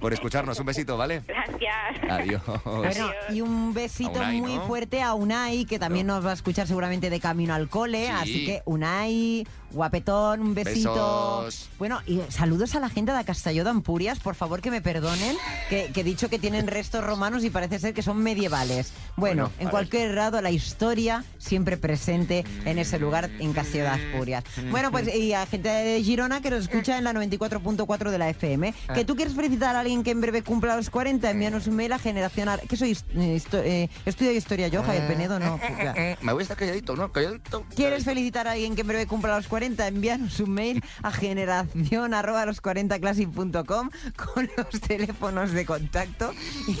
por escucharnos. Un besito, ¿vale?
Gracias.
Adiós.
Bueno, y un besito
A Unai,
muy
Pues, ¿no?
fuerte a Unai, que también nos va a escuchar seguramente de camino al cole.
Sí.
Así que Unai, guapetón, un besito.
Besos.
Bueno, y eh, saludos a la gente de Castelló de Ampurias, por favor que me perdonen, que, que he dicho que tienen restos romanos y parece ser que son medievales. Bueno,
Bueno,
en
a
cualquier grado la historia siempre presente en ese lugar, en Castelló de Ampurias. Bueno, pues y a gente de Girona que nos escucha en la 94.4 de la FM. Que tú quieres felicitar a alguien que en breve cumpla los 40, envíanos un mail a generación... Ar- ¿Qué soy? Eh, histo- eh, ¿Estudio historia yo, Javier Penedo? No. ya.
Me voy a estar calladito, ¿no? Calladito.
¿Quieres felicitar a alguien que en breve cumpla los 40? Envíanos un mail a generación arroba los 40 classic.com con los teléfonos de contacto.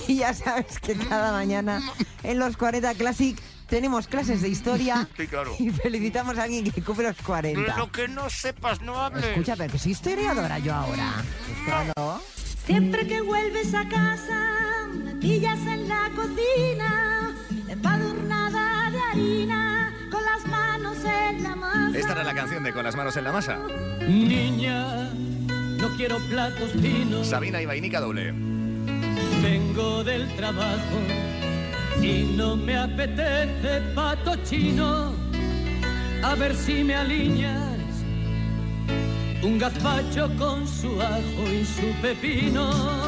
Y ya sabes que cada mañana en los 40 Classic tenemos clases de historia
Sí, claro.
y felicitamos a alguien que cumple los 40.
Lo que no sepas, no hables.
Escucha, pero que soy historiadora yo ahora. Claro.
Siempre que vuelves a casa, me pillas en la cocina, empadurnada de harina, con las manos en la masa.
Esta era la canción de Con las manos en la masa.
Niña, no quiero platos finos.
Sabina y Vainica doble.
Vengo del trabajo y no me apetece pato chino. A ver si me alineas un gazpacho con su ajo y su pepino.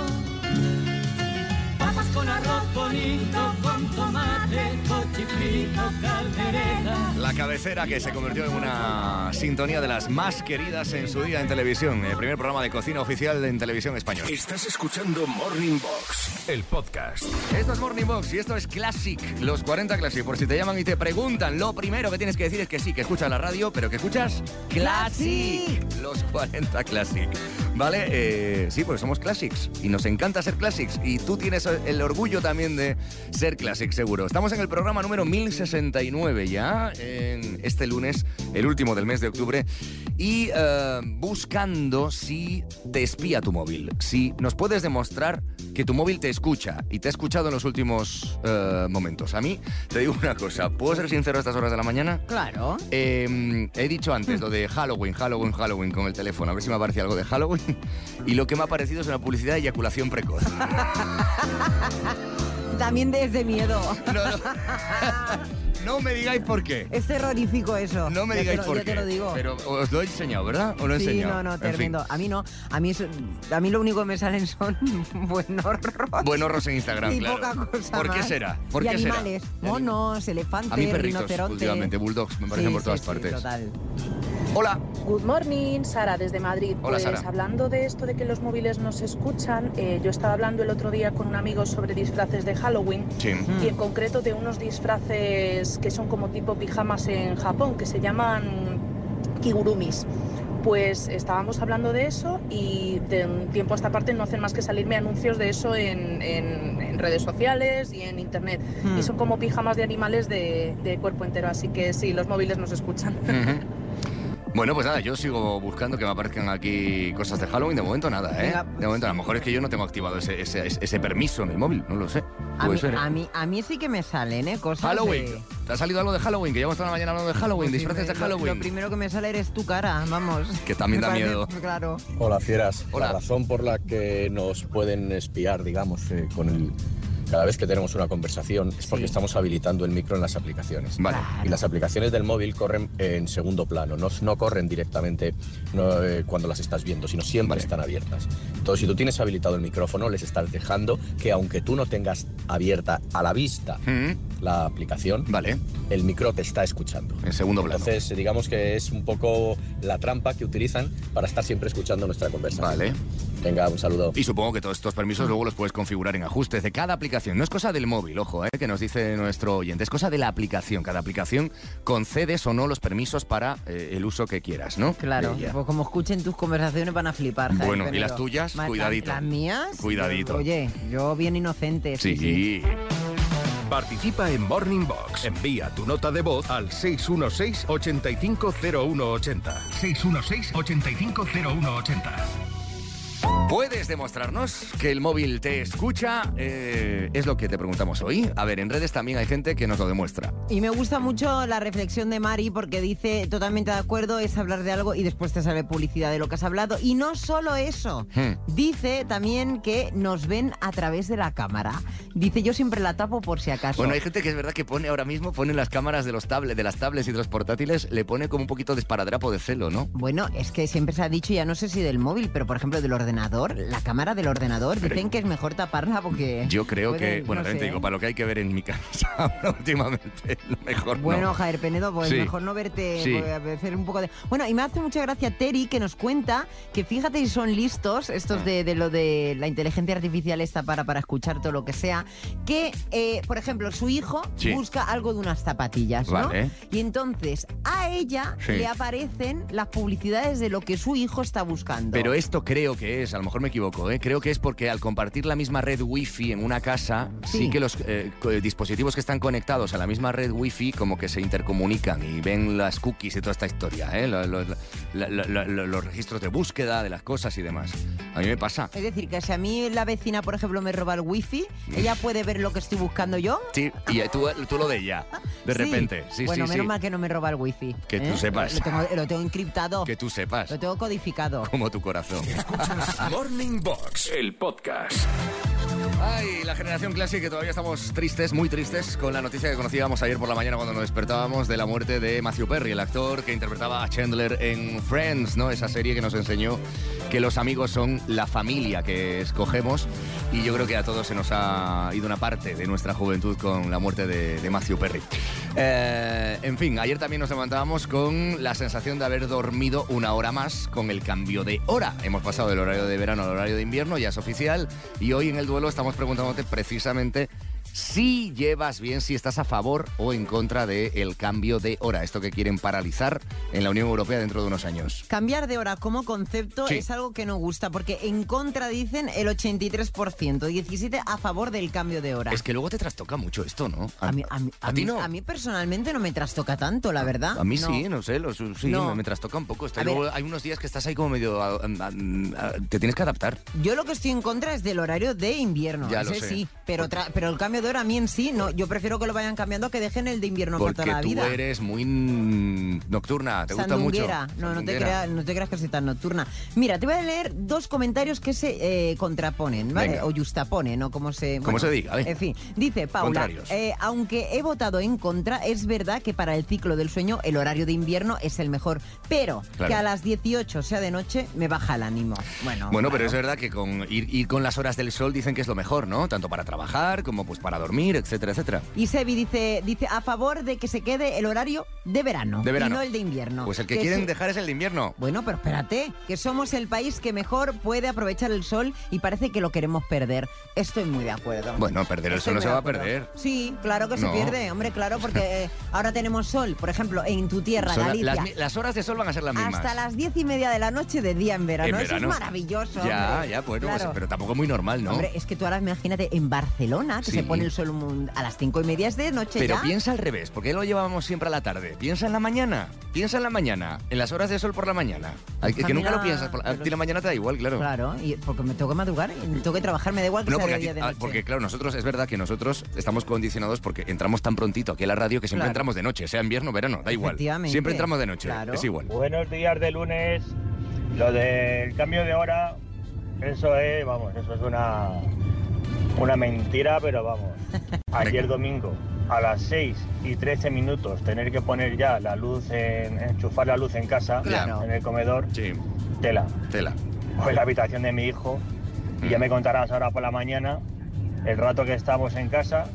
Papas con arroz bonito, con tomate, con Chiflito Caldereta.
La cabecera que se convirtió en una sintonía de las más queridas en su día en televisión, el primer programa de cocina oficial en televisión española.
Estás escuchando Morning Box, el podcast.
Esto es Morning Box y esto es Classic, los 40 Classic. Por si te llaman y te preguntan, lo primero que tienes que decir es que sí, que escuchas la radio, pero que escuchas Classic, [LAUGHS] los 40 Classic. ¿Vale? Eh, sí, porque somos Classics y nos encanta ser Classics y tú tienes el orgullo también de ser Classic, seguro. Estamos en el programa número 1069 ya, en este lunes, el último del mes de octubre, y eh, buscando si te espía tu móvil, si nos puedes demostrar que tu móvil te escucha y te ha escuchado en los últimos eh, momentos. A mí, te digo una cosa, ¿puedo ser sincero a estas horas de la mañana?
Claro.
Eh, he dicho antes lo de Halloween, Halloween, Halloween con el teléfono, a ver si me aparece algo de Halloween, y lo que me ha parecido es una publicidad de eyaculación
[LAUGHS]
precoz.
También desde miedo.
No me digáis por qué.
Es terrorífico eso.
No me
Ya te
digáis
lo-
por
ya
qué.
te lo digo.
Pero os lo he enseñado, ¿verdad? ¿O lo he
sí,
enseñado?
no, no,
En fin.
tremendo. A mí no. A mí, es- a mí lo único que me salen son [LAUGHS] buen horror.
Buen horror en Instagram,
y
claro.
poca cosa
¿Por qué
más.
será? ¿Por
y
qué será?
animales. Monos, elefantes,
A mí perritos,
rinocerontes.
últimamente, bulldogs, me parecen
Sí,
por todas
sí, sí,
partes.
total.
Hola.
Good morning, Sara desde Madrid.
Hola,
pues
Sara.
hablando de esto de que los móviles nos escuchan, eh, yo estaba hablando el otro día con un amigo sobre disfraces de Halloween
Sí.
y en concreto de unos disfraces que son como tipo pijamas en Japón que se llaman kigurumis. Pues estábamos hablando de eso y de un tiempo a esta parte no hacen más que salirme anuncios de eso en, en- en redes sociales y en internet.
Hmm.
Mm.
Y son como pijamas de animales de, de cuerpo entero, así que sí, los móviles nos escuchan.
Ujú. Bueno, pues nada, yo sigo buscando que me aparezcan aquí cosas de Halloween. De momento nada, ¿eh?
Venga, pues
De momento, a lo mejor es que yo no tengo activado ese, ese- ese- ese permiso en el móvil, no lo sé.
A
Puede
mí,
ser, ¿eh?
a, mí, a mí sí que me salen, ¿eh? Cosas
Halloween.
de-
¿Te ha salido algo de Halloween? Que llevamos toda la mañana hablando de Halloween,
Pues sí,
disfraces
me-
de
lo- Lo,
Halloween.
primero que me sale eres tu cara, vamos.
Que también
[LAUGHS] Me
da
parece-
miedo.
Claro.
Hola, fieras. La razón por la que nos pueden espiar, digamos, eh, con el, cada vez que tenemos una conversación es porque estamos habilitando el micro en las aplicaciones. Y las aplicaciones del móvil corren en segundo plano, no, no corren directamente no, eh, cuando las estás viendo, sino siempre están abiertas. Entonces, si tú tienes habilitado el micrófono, les estás dejando que aunque tú no tengas abierta a la vista la aplicación, el micro te está escuchando.
En segundo plano.
Entonces, digamos que es un poco la trampa que utilizan para estar siempre escuchando nuestra conversación. Vale. Venga, un saludo.
Y supongo que todos estos permisos luego los puedes configurar en ajustes de cada aplicación. No es cosa del móvil, ojo, eh, que nos dice nuestro oyente. Es cosa de la aplicación. Cada aplicación concedes o no los permisos para eh, el uso que quieras, ¿no?
Claro,
De ella.
pues como escuchen tus conversaciones van a flipar. Jaime
Bueno, ¿y las
Penedo.
tuyas?
Ma- la-
Cuidadito.
Las mías.
Cuidadito.
Oye, yo bien inocente. sí, sí.
Sí. Participa en Morning Box. Envía tu nota de voz al 616-850180. 616-850180.
Puedes demostrarnos que el móvil te escucha, Eh, es lo que te preguntamos hoy. A ver, en redes también hay gente que nos lo demuestra.
Y me gusta mucho la reflexión de Mari porque dice, totalmente de acuerdo, es hablar de algo y después te sale publicidad de lo que has hablado. Y no solo eso,
Hmm.
dice también que nos ven a través de la cámara. Dice, yo siempre la tapo por si acaso.
Bueno, hay gente que es verdad que pone ahora mismo, pone las cámaras de, los tablets, de las tablets y de los portátiles, le pone como un poquito de esparadrapo de celo, ¿no?
Bueno, es que siempre se ha dicho, ya no sé si del móvil, pero por ejemplo del ordenador, la cámara del ordenador, dicen que es mejor taparla porque...
Yo creo que,
pueden-
bueno,
no
también te
sé.
digo, para lo que hay que ver en mi [LAUGHS] casa ahora últimamente, lo mejor
Bueno,
no.
Jair Penedo, pues
Sí.
mejor no verte,
Sí.
pues, a hacer un poco de... Bueno, y me hace mucha gracia Terry que nos cuenta que fíjate si son listos estos de, de lo de la inteligencia artificial esta para, para escuchar todo lo que sea, que, eh, por ejemplo, su hijo
Sí.
busca algo de unas zapatillas,
Vale.
¿no? Y entonces a ella
Sí.
le aparecen las publicidades de lo que su hijo está buscando.
Pero esto creo que es, a lo mejor me equivoco, ¿eh? creo que es porque al compartir la misma red wifi en una casa, sí,
Sí.
que los eh, co- eh, dispositivos que están conectados a la misma red wifi como que se intercomunican y ven las cookies y toda esta historia, ¿eh? Lo- lo- la- la- la- la- los registros de búsqueda de las cosas y demás. A mí me pasa.
Es decir, que si a mí la vecina, por ejemplo, me roba el wifi, ella puede ver lo que estoy buscando yo.
Sí, y eh, tú, tú lo de ella, de
Sí.
repente. Sí,
bueno,
sí,
menos
sí.
mal que no me roba el wifi.
Que tú
¿eh?
sepas.
Lo tengo, lo tengo encriptado.
Que tú sepas,
Lo tengo codificado.
como tu corazón.
Morning Box, el podcast.
Ay, la generación clásica que todavía estamos tristes, muy tristes, con la noticia que conocíamos ayer por la mañana cuando nos despertábamos de la muerte de Matthew Perry, el actor que interpretaba a Chandler en Friends, ¿no? Esa serie que nos enseñó que los amigos son la familia que escogemos. Y yo creo que a todos se nos ha ido una parte de nuestra juventud con la muerte de, de Matthew Perry. Eh, en fin, ayer también nos levantábamos con la sensación de haber dormido una hora más con el cambio de hora. Hemos pasado del horario de verano al horario de invierno, ya es oficial. Y hoy en el duelo estamos preguntándote precisamente si llevas bien, si estás a favor o en contra del cambio de hora, esto que quieren paralizar en la Unión Europea dentro de unos años.
Cambiar de hora como concepto
Sí.
es algo que no gusta, porque en contra dicen el 83%, 17% a favor del cambio de hora.
Es que luego te trastoca mucho esto, ¿no? A,
a,
ti
mí,
no.
a mí personalmente no me trastoca tanto, la verdad.
A mí
No.
sí, no sé, los- sí,
No.
me, me trastoca un poco. esto.
A
Y luego
ver.
hay unos días que estás ahí como medio... ah, ah, ah, te tienes que adaptar.
Yo lo que estoy en contra es del horario de invierno,
Ya lo
ese
sé.
sí, pero, tra- pero el cambio de hora a mí en sí, no, yo prefiero que lo vayan cambiando que dejen el de invierno por
Porque
toda la
tú
vida.
eres muy mm, nocturna, te gusta mucho.
Sandunguera. No, no te,
Sandunguera.
creas, no te creas que soy tan nocturna. Mira, te voy a leer dos comentarios que se eh, contraponen, ¿vale?
Venga.
O yustaponen, ¿no? Como se,
Como se diga, venga.
En fin, dice Paula,
Contrarios.
eh, aunque he votado en contra, es verdad que para el ciclo del sueño el horario de invierno es el mejor, pero
Claro.
que a las 18 sea de noche me baja el ánimo. Bueno,
Bueno, pero es verdad que con ir, ir con las horas del sol dicen que es lo mejor, ¿no? Tanto para trabajar como pues para dormir, etcétera, etcétera.
Y Sebi dice, dice a favor de que se quede el horario de verano,
De verano.
y no el de invierno.
Pues el que quieren
se-
dejar es el de invierno.
Bueno, pero espérate, que somos el país que mejor puede aprovechar el sol y parece que lo queremos perder. Estoy muy de acuerdo.
Bueno, perder el sol
Estoy
no
muy
se
de
va a
acuerdo.
perder.
Sí, claro que
No.
se pierde, hombre, claro,
[LAUGHS]
porque eh, ahora tenemos sol, por ejemplo, en tu tierra,
Son la-
Galicia.
las, mi- las horas de sol van a ser las mismas.
hasta las diez y media de la noche de día en verano.
En
Eso
verano.
es maravilloso.
Ya,
hombre.
ya, bueno, pues,
Claro.
pero tampoco muy normal, ¿no?
Hombre, es que tú ahora imagínate en Barcelona, que
Sí.
se pone el sol un- a las cinco y media es de noche
Pero
ya.
piensa al revés, porque lo llevábamos siempre a la tarde. Piensa en la mañana, piensa en la mañana, en las horas de sol por la mañana. Ay, que, que nunca
Pues mira,
lo piensas, por- a ti la mañana te da igual, claro.
Claro, y porque me tengo que madrugar, y tengo que trabajar, me da igual que
No,
sea
porque,
de
a ti-
día de
ah,
noche.
porque, claro, nosotros es verdad que nosotros estamos condicionados porque entramos tan prontito aquí a la radio que siempre
Claro.
entramos de noche, sea invierno o verano, da igual.
Efectivamente.
Siempre entramos de noche,
Claro.
es igual.
Buenos días de lunes. Lo del cambio de hora, eso es, vamos, eso es una, una mentira, pero
[LAUGHS]
vamos. Ayer domingo, a las 6 y 13 minutos, tener que poner ya la luz, en, enchufar la luz en casa,
Claro.
en el comedor,
Sí,
tela.
tela.
O en la habitación de mi hijo, y ya me contarás ahora por la mañana, el rato que estamos en casa,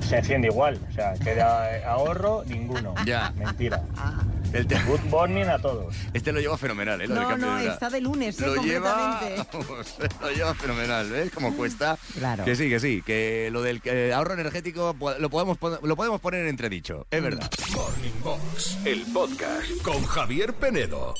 se enciende igual. O sea, queda eh, ahorro ninguno.
Ya.
Mentira.
[LAUGHS] El te-
Good morning a todos.
Este lo lleva fenomenal, ¿eh? Lo del
No,
cambio
no,
de hora.
está de lunes, ¿eh?
Lo lleva, [LAUGHS]
completamente. Mm.
vamos, lo lleva fenomenal, ¿ves? Como cuesta.
Claro.
Que sí, que sí, que lo del eh, ahorro energético po- lo podemos, pon- lo podemos
Mm.
poner en entredicho, es verdad.
Morning Box, el podcast con Javier Penedo.